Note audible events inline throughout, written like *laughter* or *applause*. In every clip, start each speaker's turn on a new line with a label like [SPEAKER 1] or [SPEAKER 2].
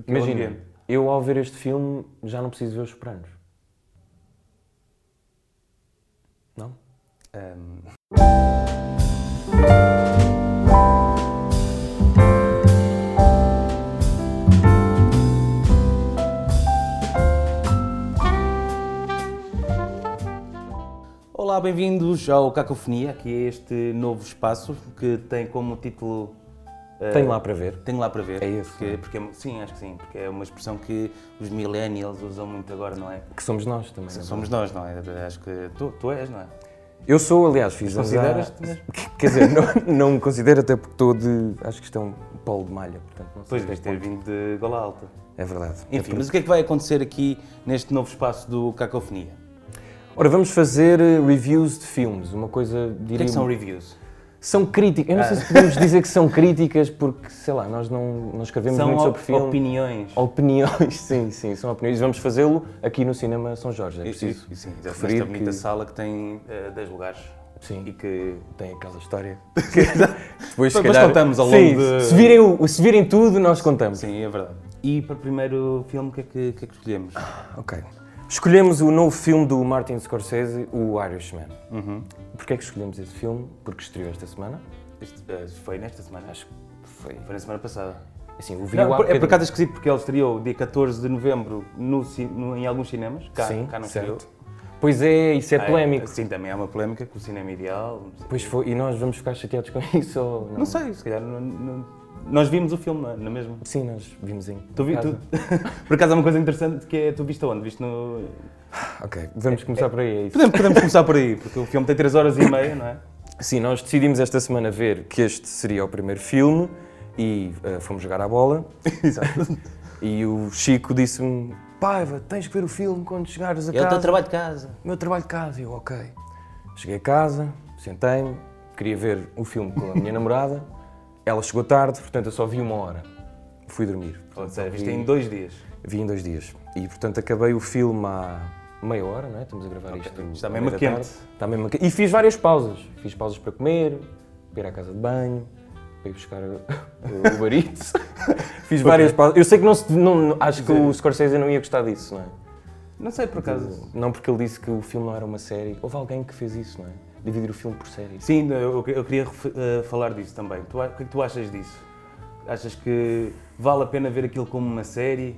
[SPEAKER 1] aquele
[SPEAKER 2] Imagina,
[SPEAKER 1] ambiente.
[SPEAKER 2] eu ao ver este filme já não preciso ver os Sopranos. Não?
[SPEAKER 1] Ahm, Olá, bem-vindos ao Cacofonia, que é este novo espaço que tem como título
[SPEAKER 2] Tenho lá para ver.
[SPEAKER 1] Tenho lá para ver.
[SPEAKER 2] É esse,
[SPEAKER 1] Porque, porque é mu- sim, acho que sim, porque é uma expressão que os millennials usam muito agora, não é?
[SPEAKER 2] Que somos nós também. não é?
[SPEAKER 1] Somos nós, não é? Acho que tu, tu és, não é?
[SPEAKER 2] Eu sou, aliás, fiz anos há-
[SPEAKER 1] consideras-te mesmo?
[SPEAKER 2] *laughs* Quer dizer, não, não me considero até porque estou de. Acho que isto é um polo de malha, portanto não sei
[SPEAKER 1] Pois,
[SPEAKER 2] até
[SPEAKER 1] deves ter vindo de gola alta.
[SPEAKER 2] que- É verdade.
[SPEAKER 1] Enfim, mas o que é que vai acontecer aqui neste novo espaço do Cacofonia?
[SPEAKER 2] Ora, vamos fazer eh, reviews de filmes, uma coisa,
[SPEAKER 1] O que é
[SPEAKER 2] diria...
[SPEAKER 1] que são reviews?
[SPEAKER 2] São críticas, eu não sei se podemos dizer que são críticas, porque, sei lá, nós não, não escrevemos
[SPEAKER 1] São
[SPEAKER 2] Hum, muito
[SPEAKER 1] op-
[SPEAKER 2] sobre Oh, filmes.
[SPEAKER 1] opiniões.
[SPEAKER 2] Opiniões, *laughs* sim, sim, são opiniões. Vamos fazê-lo aqui no Cinema São Jorge, é
[SPEAKER 1] E-
[SPEAKER 2] preciso
[SPEAKER 1] e- e Sim, exato,
[SPEAKER 2] referir
[SPEAKER 1] nesta bonita
[SPEAKER 2] que
[SPEAKER 1] sala que tem eh, 10 lugares.
[SPEAKER 2] Sim.
[SPEAKER 1] E que...
[SPEAKER 2] tem aquela *laughs* história. que Depois,
[SPEAKER 1] Mas contamos ao longo
[SPEAKER 2] sim,
[SPEAKER 1] de-
[SPEAKER 2] se, virem, o- se virem tudo, nós contamos.
[SPEAKER 1] Sim, é verdade. E para o primeiro filme, o que é que, o que é que escolhemos?
[SPEAKER 2] Ok. Escolhemos o novo filme do Martin Scorsese, o Irishman.
[SPEAKER 1] Uhum.
[SPEAKER 2] Porquê é que escolhemos este filme? Porque estreou esta semana.
[SPEAKER 1] Este, eh, foi nesta semana, acho que
[SPEAKER 2] Foi.
[SPEAKER 1] foi na semana passada.
[SPEAKER 2] Assim, o vídeo
[SPEAKER 1] Não, por- é por acaso esquisito porque ele estreou dia 14 de novembro no ci- no- em alguns cinemas, cá,
[SPEAKER 2] Sim,
[SPEAKER 1] cá não
[SPEAKER 2] certo.
[SPEAKER 1] estreou.
[SPEAKER 2] Pois é, isso é
[SPEAKER 1] Ah,
[SPEAKER 2] polémico.
[SPEAKER 1] Sim, também há uma polémica com o cinema ideal. não sei.
[SPEAKER 2] Pois foi, e nós vamos ficar chateados com *laughs* isso ou não?
[SPEAKER 1] Não sei, se calhar não- não- nós vimos o filme, não é, não é mesmo?
[SPEAKER 2] Sim, nós vimos em
[SPEAKER 1] Tu vi- tu-
[SPEAKER 2] casa.
[SPEAKER 1] *laughs* por acaso há uma coisa interessante que é, tu viste onde? Viste no...
[SPEAKER 2] Ok, vamos começar por aí, é isso.
[SPEAKER 1] Podemos, podemos começar por aí, porque o filme tem 3 horas e meia, não é?
[SPEAKER 2] Sim, nós decidimos esta semana ver que este seria o primeiro filme e eh, fomos jogar à bola.
[SPEAKER 1] Exato.
[SPEAKER 2] E o Chico disse-me: Paiva, tens que ver É o filme quando chegares a casa.
[SPEAKER 1] de casa.
[SPEAKER 2] Meu trabalho de casa. Eu, ok. Cheguei a casa, sentei-me, queria ver o filme com a minha namorada. Ela chegou tarde, portanto eu só vi uma hora. Fui dormir.
[SPEAKER 1] Ou
[SPEAKER 2] Portanto,
[SPEAKER 1] seja,
[SPEAKER 2] só
[SPEAKER 1] viste
[SPEAKER 2] vi-
[SPEAKER 1] em dois dias.
[SPEAKER 2] Vi em dois dias. E, portanto, acabei o filme há meia hora, não é? Estamos a gravar isto.
[SPEAKER 1] Está
[SPEAKER 2] à
[SPEAKER 1] mesmo
[SPEAKER 2] meia da
[SPEAKER 1] quente.
[SPEAKER 2] tarde. Está mesmo a quente. E fiz várias pausas. Fiz pausas para comer, para ir à casa de banho, para ir buscar o *laughs* o barito. *laughs* fiz várias pausas. Eu sei que não se. não- não- acho que o Scorsese não ia gostar disso, não é?
[SPEAKER 1] Não sei, por acaso.
[SPEAKER 2] Não porque ele disse que o filme não era uma série. Houve alguém que fez isso, não é? Dividir o filme por séries.
[SPEAKER 1] Sim, eu, eu queria refe- eh, falar disso também. Tu, a- o que é que tu achas disso? Achas que vale a pena ver aquilo como uma série?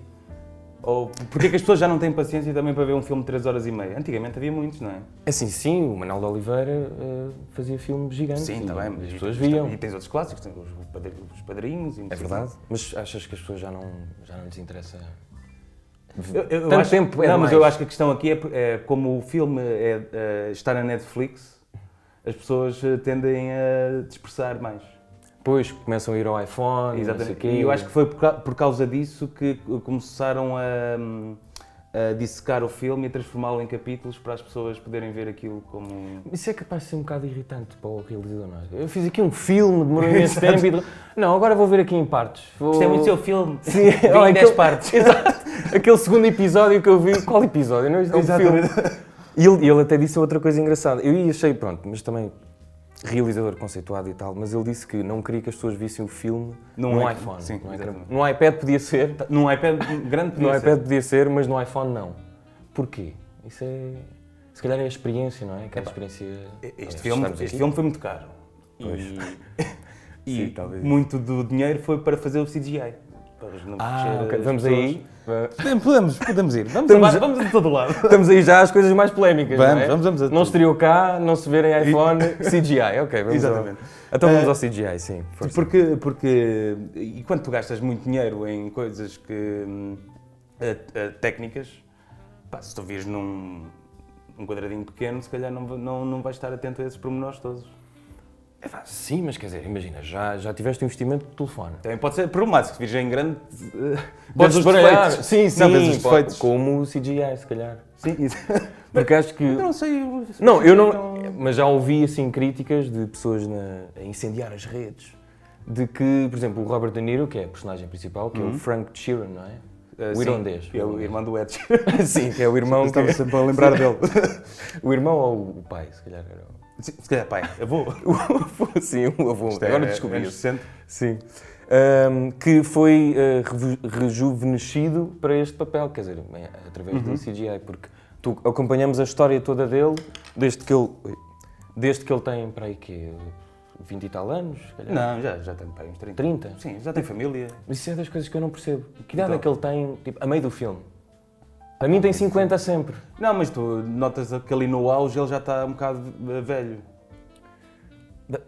[SPEAKER 1] Ou porque é que as pessoas já não têm paciência também para ver um filme de 3 horas e meia? Antigamente havia muitos, não é?
[SPEAKER 2] Assim, sim, o Manuel de Oliveira eh, fazia filmes gigantes. e
[SPEAKER 1] tá
[SPEAKER 2] As pessoas viam.
[SPEAKER 1] E tens outros clássicos, tens os, padr- os padrinhos. E não
[SPEAKER 2] É
[SPEAKER 1] sei o quê.
[SPEAKER 2] verdade. Mas achas que as pessoas já não, já não lhes interessa?
[SPEAKER 1] Eu, eu
[SPEAKER 2] Tanto
[SPEAKER 1] acho-
[SPEAKER 2] tempo é
[SPEAKER 1] Não, mas
[SPEAKER 2] demais.
[SPEAKER 1] eu acho que a questão aqui é, é como o filme é, eh, está na Netflix, as pessoas eh, tendem a dispersar mais.
[SPEAKER 2] Depois começam a ir ao iPhone, não sei o
[SPEAKER 1] Exatamente.
[SPEAKER 2] quê.
[SPEAKER 1] E eu acho que foi por, ca- por causa disso que começaram a, hum, a dissecar o filme e a transformá-lo em capítulos para as pessoas poderem ver aquilo como.
[SPEAKER 2] Isso é capaz de ser um bocado irritante para o realizador, não é? Eu fiz aqui um filme, demorou imenso tempo e... de- Não, agora vou ver aqui em partes. Vou...
[SPEAKER 1] Isto
[SPEAKER 2] *laughs*
[SPEAKER 1] é muito seu *laughs* filme.
[SPEAKER 2] Sim,
[SPEAKER 1] Vem
[SPEAKER 2] ou
[SPEAKER 1] em 10
[SPEAKER 2] aquele-
[SPEAKER 1] *laughs* partes.
[SPEAKER 2] Exato. Aquele segundo episódio que eu vi... Qual episódio? Não, isto é um filme. E ele, ele até disse outra coisa engraçada. Eu ia achei, pronto, mas também realizador conceituado e tal, mas ele disse que não queria que as pessoas vissem o filme
[SPEAKER 1] Num
[SPEAKER 2] num
[SPEAKER 1] i-
[SPEAKER 2] iPhone.
[SPEAKER 1] sim,
[SPEAKER 2] num, ecrã.
[SPEAKER 1] exatamente.
[SPEAKER 2] num iPad podia ser,
[SPEAKER 1] Num iPad é grande
[SPEAKER 2] No
[SPEAKER 1] podia ser.
[SPEAKER 2] iPad podia ser, mas no iPhone não. Porquê? Isso é. Se calhar é a experiência, não é? Aquela experiência. Aliás,
[SPEAKER 1] Este, filme,
[SPEAKER 2] estamos
[SPEAKER 1] este
[SPEAKER 2] aqui.
[SPEAKER 1] filme foi muito caro. E, e
[SPEAKER 2] *laughs* Sim, talvez.
[SPEAKER 1] muito do dinheiro foi para fazer o CGI. Para os nomes
[SPEAKER 2] Ah,
[SPEAKER 1] crescer
[SPEAKER 2] ok.
[SPEAKER 1] as
[SPEAKER 2] Vamos
[SPEAKER 1] pessoas.
[SPEAKER 2] aí.
[SPEAKER 1] Podemos, podemos, podemos ir. Vamos,
[SPEAKER 2] Estamos-
[SPEAKER 1] a, vamos a todo lado.
[SPEAKER 2] Estamos aí já às coisas mais polémicas.
[SPEAKER 1] Vamos,
[SPEAKER 2] não é?
[SPEAKER 1] vamos, vamos a
[SPEAKER 2] Não
[SPEAKER 1] tudo.
[SPEAKER 2] estreou cá, não se verem *laughs* iPhone, CGI. Ok, vamos ao-
[SPEAKER 1] Exatamente.
[SPEAKER 2] Então vamos ao CGI, sim. força.
[SPEAKER 1] Porque, porque e quando tu gastas muito dinheiro em coisas que hum, a- a- técnicas, pá, se tu vires num um quadradinho pequeno, se calhar não, va- não, não vais estar atento a esses pormenores todos.
[SPEAKER 2] É pá, Sim, mas quer dizer, imagina, já, já tiveste um investimento de telefone.
[SPEAKER 1] Também pode ser problemático, se vires em grande, eh, vês
[SPEAKER 2] Podes
[SPEAKER 1] os
[SPEAKER 2] baralhar.
[SPEAKER 1] defeitos.
[SPEAKER 2] Sim, sim.
[SPEAKER 1] Não, vês os
[SPEAKER 2] po-
[SPEAKER 1] defeitos.
[SPEAKER 2] Como o CGI, se calhar.
[SPEAKER 1] Sim, isso.
[SPEAKER 2] Porque acho que.
[SPEAKER 1] Eu não sei. eu-
[SPEAKER 2] Não, eu não.
[SPEAKER 1] Então,
[SPEAKER 2] Mas já ouvi assim críticas de pessoas na- a incendiar as redes. De que, por exemplo, o Robert De Niro, que é a personagem principal, que é o Frank Sheeran, não é?
[SPEAKER 1] eh,
[SPEAKER 2] o
[SPEAKER 1] Uhum. sim,
[SPEAKER 2] irlandês.
[SPEAKER 1] É o irmão do Edge. *laughs*
[SPEAKER 2] Sim, que é o irmão. *laughs* Que...
[SPEAKER 1] Estamos sempre a lembrar *laughs* dele.
[SPEAKER 2] O irmão ou o pai, se calhar era. o- *laughs*
[SPEAKER 1] *laughs* Se se calhar, pai, avô.
[SPEAKER 2] O avô, sim, o avô.
[SPEAKER 1] Isto é-
[SPEAKER 2] Agora
[SPEAKER 1] é
[SPEAKER 2] descobri isso.
[SPEAKER 1] recente.
[SPEAKER 2] Sim. ahm, que foi ah, revu- rejuvenescido para este papel, quer dizer, bem, através
[SPEAKER 1] Uhum.
[SPEAKER 2] do CGI, porque tu acompanhamos a história toda dele, desde que ele, ui, desde que ele tem, para aí, quê, 20 e tal anos, se calhar,
[SPEAKER 1] Não, já, já tem pai, uns 30.
[SPEAKER 2] 30.
[SPEAKER 1] Sim, já tem família.
[SPEAKER 2] Mas isso é das coisas que eu não percebo. Que idade
[SPEAKER 1] Então.
[SPEAKER 2] é que ele tem, tipo, a meio do filme? Para mim tem 50 sempre.
[SPEAKER 1] Não, mas tu notas que ali no auge ele já está um bocado eh, velho.
[SPEAKER 2] Da-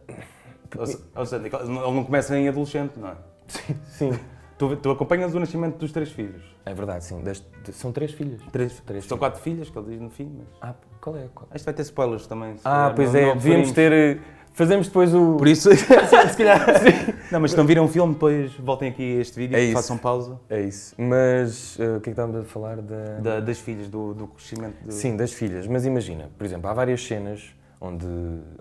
[SPEAKER 1] Ou, se- ou seja, ele não começa em adolescente, não é?
[SPEAKER 2] Sim, sim.
[SPEAKER 1] Tu, tu acompanhas o nascimento dos três filhos.
[SPEAKER 2] É verdade, sim. Das- de- são três filhas.
[SPEAKER 1] Três,
[SPEAKER 2] Três
[SPEAKER 1] São quatro filhas, que ele diz no fim, mas...
[SPEAKER 2] Ah, qual é? Qual?
[SPEAKER 1] Isto vai ter spoilers também. se
[SPEAKER 2] Ah,
[SPEAKER 1] calhar,
[SPEAKER 2] pois
[SPEAKER 1] não-
[SPEAKER 2] é,
[SPEAKER 1] não
[SPEAKER 2] devíamos ter.
[SPEAKER 1] referimos.
[SPEAKER 2] eh, Fazemos depois o.
[SPEAKER 1] Por isso,
[SPEAKER 2] *laughs*
[SPEAKER 1] *laughs* se calhar... Não, mas se não viram o filme, depois voltem aqui a este vídeo,
[SPEAKER 2] É isso.
[SPEAKER 1] façam pausa.
[SPEAKER 2] É isso. Mas eh, o que é que estávamos a falar da.
[SPEAKER 1] da- das filhas, do, do crescimento... do-
[SPEAKER 2] Sim, das filhas. Mas imagina, por exemplo, há várias cenas onde,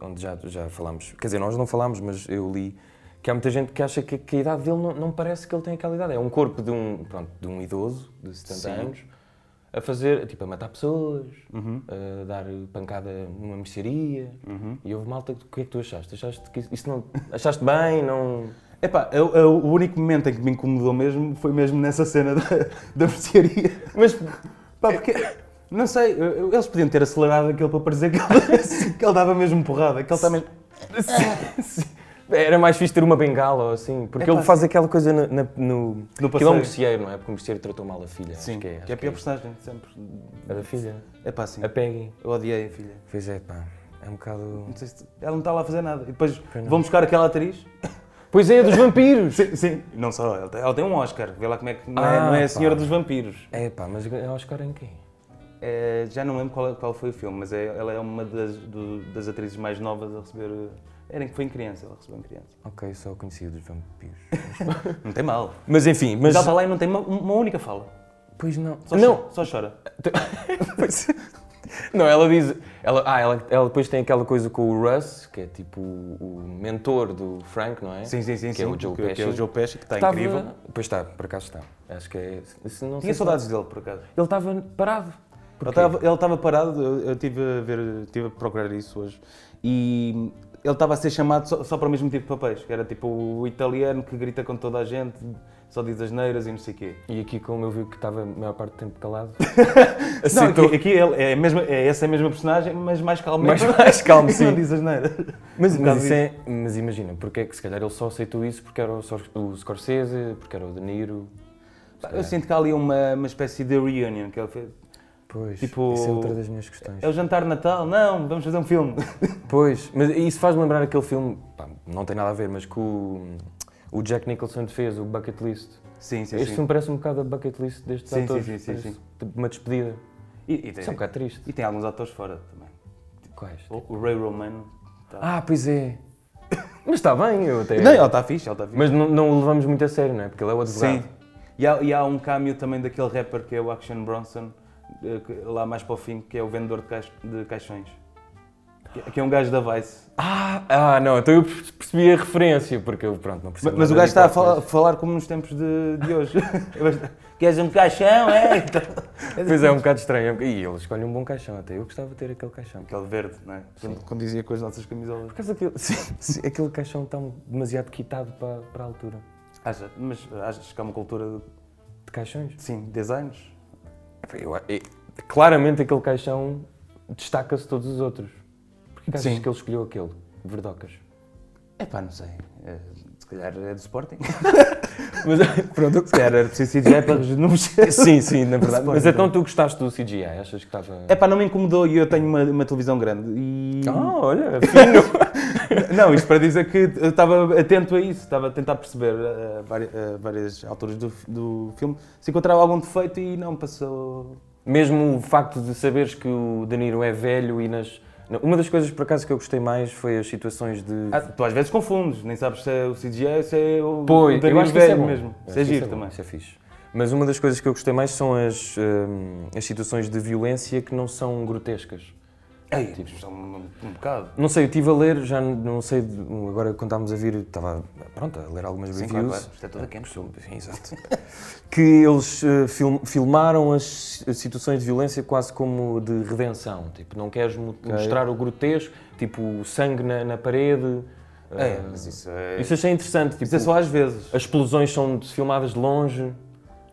[SPEAKER 2] onde já, já falámos. Quer dizer, nós não falámos, mas eu li que há muita gente que acha que, que a idade dele não, não parece que ele tem aquela idade. É um corpo de um, pronto, de um idoso de 70
[SPEAKER 1] Sim.
[SPEAKER 2] anos a fazer, tipo, a matar pessoas,
[SPEAKER 1] Uhum.
[SPEAKER 2] a dar pancada numa mercearia. E houve malta, o que é que tu achaste? Achaste que isso não. Achaste bem? Não.
[SPEAKER 1] Epá, eu- eu- o único momento em que me incomodou mesmo foi mesmo nessa cena da, da mercearia.
[SPEAKER 2] Mas
[SPEAKER 1] Pá, porque. Não sei, eu- eu- eles podiam ter acelerado aquilo para parecer que ele, *laughs* que ele dava mesmo porrada, que ele está mesmo.
[SPEAKER 2] Sim, sim. Era mais fixe ter uma bengala ou assim, porque
[SPEAKER 1] Epá,
[SPEAKER 2] ele faz aquela coisa na- na- no. Aquilo é
[SPEAKER 1] No
[SPEAKER 2] um
[SPEAKER 1] passeio.
[SPEAKER 2] merceeiro, não é? Porque o merceeiro tratou mal a filha. acho que é, acho
[SPEAKER 1] a
[SPEAKER 2] que é
[SPEAKER 1] pior personagem de sempre.
[SPEAKER 2] isso. A da filha.
[SPEAKER 1] É pá, sim.
[SPEAKER 2] A Peggy.
[SPEAKER 1] Eu odiei a filha.
[SPEAKER 2] Pois é, pá. É um bocado.
[SPEAKER 1] Não sei se- Ela não está lá a fazer nada. E depois
[SPEAKER 2] não.
[SPEAKER 1] vão buscar aquela atriz.
[SPEAKER 2] Pois é, dos vampiros!
[SPEAKER 1] Sim, sim. Não só, ela tem, ela tem um Oscar. Vê lá como é que. Não é,
[SPEAKER 2] Ah,
[SPEAKER 1] não é
[SPEAKER 2] pá.
[SPEAKER 1] a Senhora dos Vampiros.
[SPEAKER 2] *laughs* É pá, mas é Oscar em quem?
[SPEAKER 1] É, já não lembro qual, qual foi o filme, mas é- ela é uma das, do- das atrizes mais novas a receber. eh, Era em que foi em criança, ela recebeu em criança.
[SPEAKER 2] Ok, só conhecia dos vampiros.
[SPEAKER 1] Não tem mal.
[SPEAKER 2] *laughs* Mas enfim,
[SPEAKER 1] Mas
[SPEAKER 2] mas.
[SPEAKER 1] ela está lá e não tem uma, uma única fala.
[SPEAKER 2] Pois não.
[SPEAKER 1] Só
[SPEAKER 2] não!
[SPEAKER 1] cho- só chora.
[SPEAKER 2] *laughs* Pois- Não, ela diz. Ela, ah, ela, ela depois tem aquela coisa com o Russ, que é tipo o, o mentor do Frank, não é?
[SPEAKER 1] Sim, sim, sim.
[SPEAKER 2] Que
[SPEAKER 1] sim,
[SPEAKER 2] é o Joe
[SPEAKER 1] que, que é o
[SPEAKER 2] Pesci.
[SPEAKER 1] Joe Pesci, que está
[SPEAKER 2] Tava-
[SPEAKER 1] incrível.
[SPEAKER 2] Pois está, por acaso está. Acho que é. se não sei se-
[SPEAKER 1] Tinha saudades dele, por acaso.
[SPEAKER 2] Ele estava parado.
[SPEAKER 1] Ele
[SPEAKER 2] Porquê?
[SPEAKER 1] estava, ele estava parado, eu, eu estive a ver, estive a procurar isso hoje, e ele estava a ser chamado só, só para o mesmo tipo de papéis, que era tipo o italiano que grita com toda a gente, só diz as neiras e não sei o quê.
[SPEAKER 2] E aqui, como eu vi que estava a maior parte do tempo calado.
[SPEAKER 1] Não,
[SPEAKER 2] aceitou.
[SPEAKER 1] aqui, aqui ele é, a mesma, é essa a mesma personagem, mas mais calmo. *laughs*
[SPEAKER 2] Mas mais calmo,
[SPEAKER 1] Não
[SPEAKER 2] sim.
[SPEAKER 1] diz as neiras.
[SPEAKER 2] Mas,
[SPEAKER 1] Um
[SPEAKER 2] mas,
[SPEAKER 1] bocado
[SPEAKER 2] isso é- mas imagina, porque é que se calhar ele só aceitou isso porque era o, Sor- o Scorsese, porque era o De Niro.
[SPEAKER 1] Pá, Eu sinto que há ali uma, uma espécie de reunion que ele fez.
[SPEAKER 2] Pois,
[SPEAKER 1] Tipo-
[SPEAKER 2] isso é outra das minhas questões.
[SPEAKER 1] É o jantar de Natal? Não, vamos fazer um filme.
[SPEAKER 2] Pois, mas isso faz lembrar aquele filme, pá, não tem nada a ver, mas que o, o Jack Nicholson fez, o Bucket List.
[SPEAKER 1] *laughs* Sim, sim,
[SPEAKER 2] este
[SPEAKER 1] sim.
[SPEAKER 2] filme parece um bocado a Bucket List destes
[SPEAKER 1] Sim, sim,
[SPEAKER 2] atores.
[SPEAKER 1] sim, sim,
[SPEAKER 2] parece
[SPEAKER 1] sim.
[SPEAKER 2] tipo Uma despedida.
[SPEAKER 1] E, e tem,
[SPEAKER 2] Isso é um bocado triste.
[SPEAKER 1] e tem alguns atores fora também.
[SPEAKER 2] Quais?
[SPEAKER 1] O o Ray Romano. tá-
[SPEAKER 2] Ah, pois é. Mas está bem, eu até.
[SPEAKER 1] Não, ele está fixe, ele está fixe.
[SPEAKER 2] Mas não, não o levamos muito a sério, não é? Porque ele é o advogado.
[SPEAKER 1] Sim. E há, e há um cameo também daquele rapper que é o Action Bronson, eh, que- lá mais para o fim, que é o vendedor de, caix- de caixões. Que- Que é um gajo da Vice.
[SPEAKER 2] Ah, ah, não, então eu per- percebi a referência, porque eu, pronto, não percebo.
[SPEAKER 1] Mas, o
[SPEAKER 2] nada
[SPEAKER 1] gajo está a
[SPEAKER 2] disso,
[SPEAKER 1] fala- falar como nos tempos de, de hoje. *laughs* É bastante- Queres um caixão, é? *laughs* Então...
[SPEAKER 2] mas- Pois é, um bocado estranho. é um bocado- E ele escolhe um bom caixão, até eu gostava de ter aquele caixão.
[SPEAKER 1] Aquele verde, não é? Quando, quando dizia com as nossas camisolas.
[SPEAKER 2] Por acaso aquele, *laughs* sim, sim, aquele caixão está demasiado quitado para, para a altura.
[SPEAKER 1] Acha, mas achas que há uma cultura de,
[SPEAKER 2] De caixões?
[SPEAKER 1] sim, de designs?
[SPEAKER 2] Eu- eu- claramente aquele caixão destaca-se de todos os outros. Porquê que achas
[SPEAKER 1] Sim.
[SPEAKER 2] que ele escolheu aquele?
[SPEAKER 1] *laughs*
[SPEAKER 2] Verdocas.
[SPEAKER 1] É pá, não sei. Eh, se calhar é do Sporting.
[SPEAKER 2] Mas pronto,
[SPEAKER 1] *laughs* Se calhar era preciso CGI para não *laughs*
[SPEAKER 2] *laughs*
[SPEAKER 1] mexer.
[SPEAKER 2] Sim, sim, na verdade.
[SPEAKER 1] Pode,
[SPEAKER 2] Mas
[SPEAKER 1] então.
[SPEAKER 2] então tu gostaste do CGI? Achas que estava.
[SPEAKER 1] É pá, não me incomodou e eu tenho uma, uma televisão grande. E...
[SPEAKER 2] Ah, olha, fino.
[SPEAKER 1] *laughs* Não, isto para dizer que eu estava atento a isso, estava a tentar perceber eh, a, várias, alturas do, do filme se encontrava algum defeito e não passou.
[SPEAKER 2] Mesmo o facto de saberes que o De Niro é velho e nas. Não, Uma das coisas por acaso que eu gostei mais foi as situações de.
[SPEAKER 1] Ah, tu às vezes confundes, nem sabes se é o CGI ou se é o
[SPEAKER 2] Pois,
[SPEAKER 1] o Danilo
[SPEAKER 2] eu acho que isso é
[SPEAKER 1] velho
[SPEAKER 2] bom.
[SPEAKER 1] mesmo.
[SPEAKER 2] Eu acho
[SPEAKER 1] Isso
[SPEAKER 2] que
[SPEAKER 1] é giro
[SPEAKER 2] bom,
[SPEAKER 1] também.
[SPEAKER 2] Isso é fixe. Mas uma das coisas que eu gostei mais são as, hum, as situações de violência que não são grotescas. é
[SPEAKER 1] Ei, tipo, um, um bocado.
[SPEAKER 2] Não sei, eu estive a ler, já não sei, de- agora quando estávamos a vir, estava pronto, a ler algumas
[SPEAKER 1] Sim,
[SPEAKER 2] reviews.
[SPEAKER 1] claro, claro. Isto é tudo a quente.
[SPEAKER 2] Sim, exato. *laughs* que eles eh, film- filmaram as as situações de violência quase como de redenção. Tipo, não queres mo- mostrar o grotesco, tipo, o sangue na, na parede,
[SPEAKER 1] É, mas isso é.
[SPEAKER 2] Isso achei interessante. Tipo,
[SPEAKER 1] Isso é só às vezes.
[SPEAKER 2] As explosões são filmadas de longe.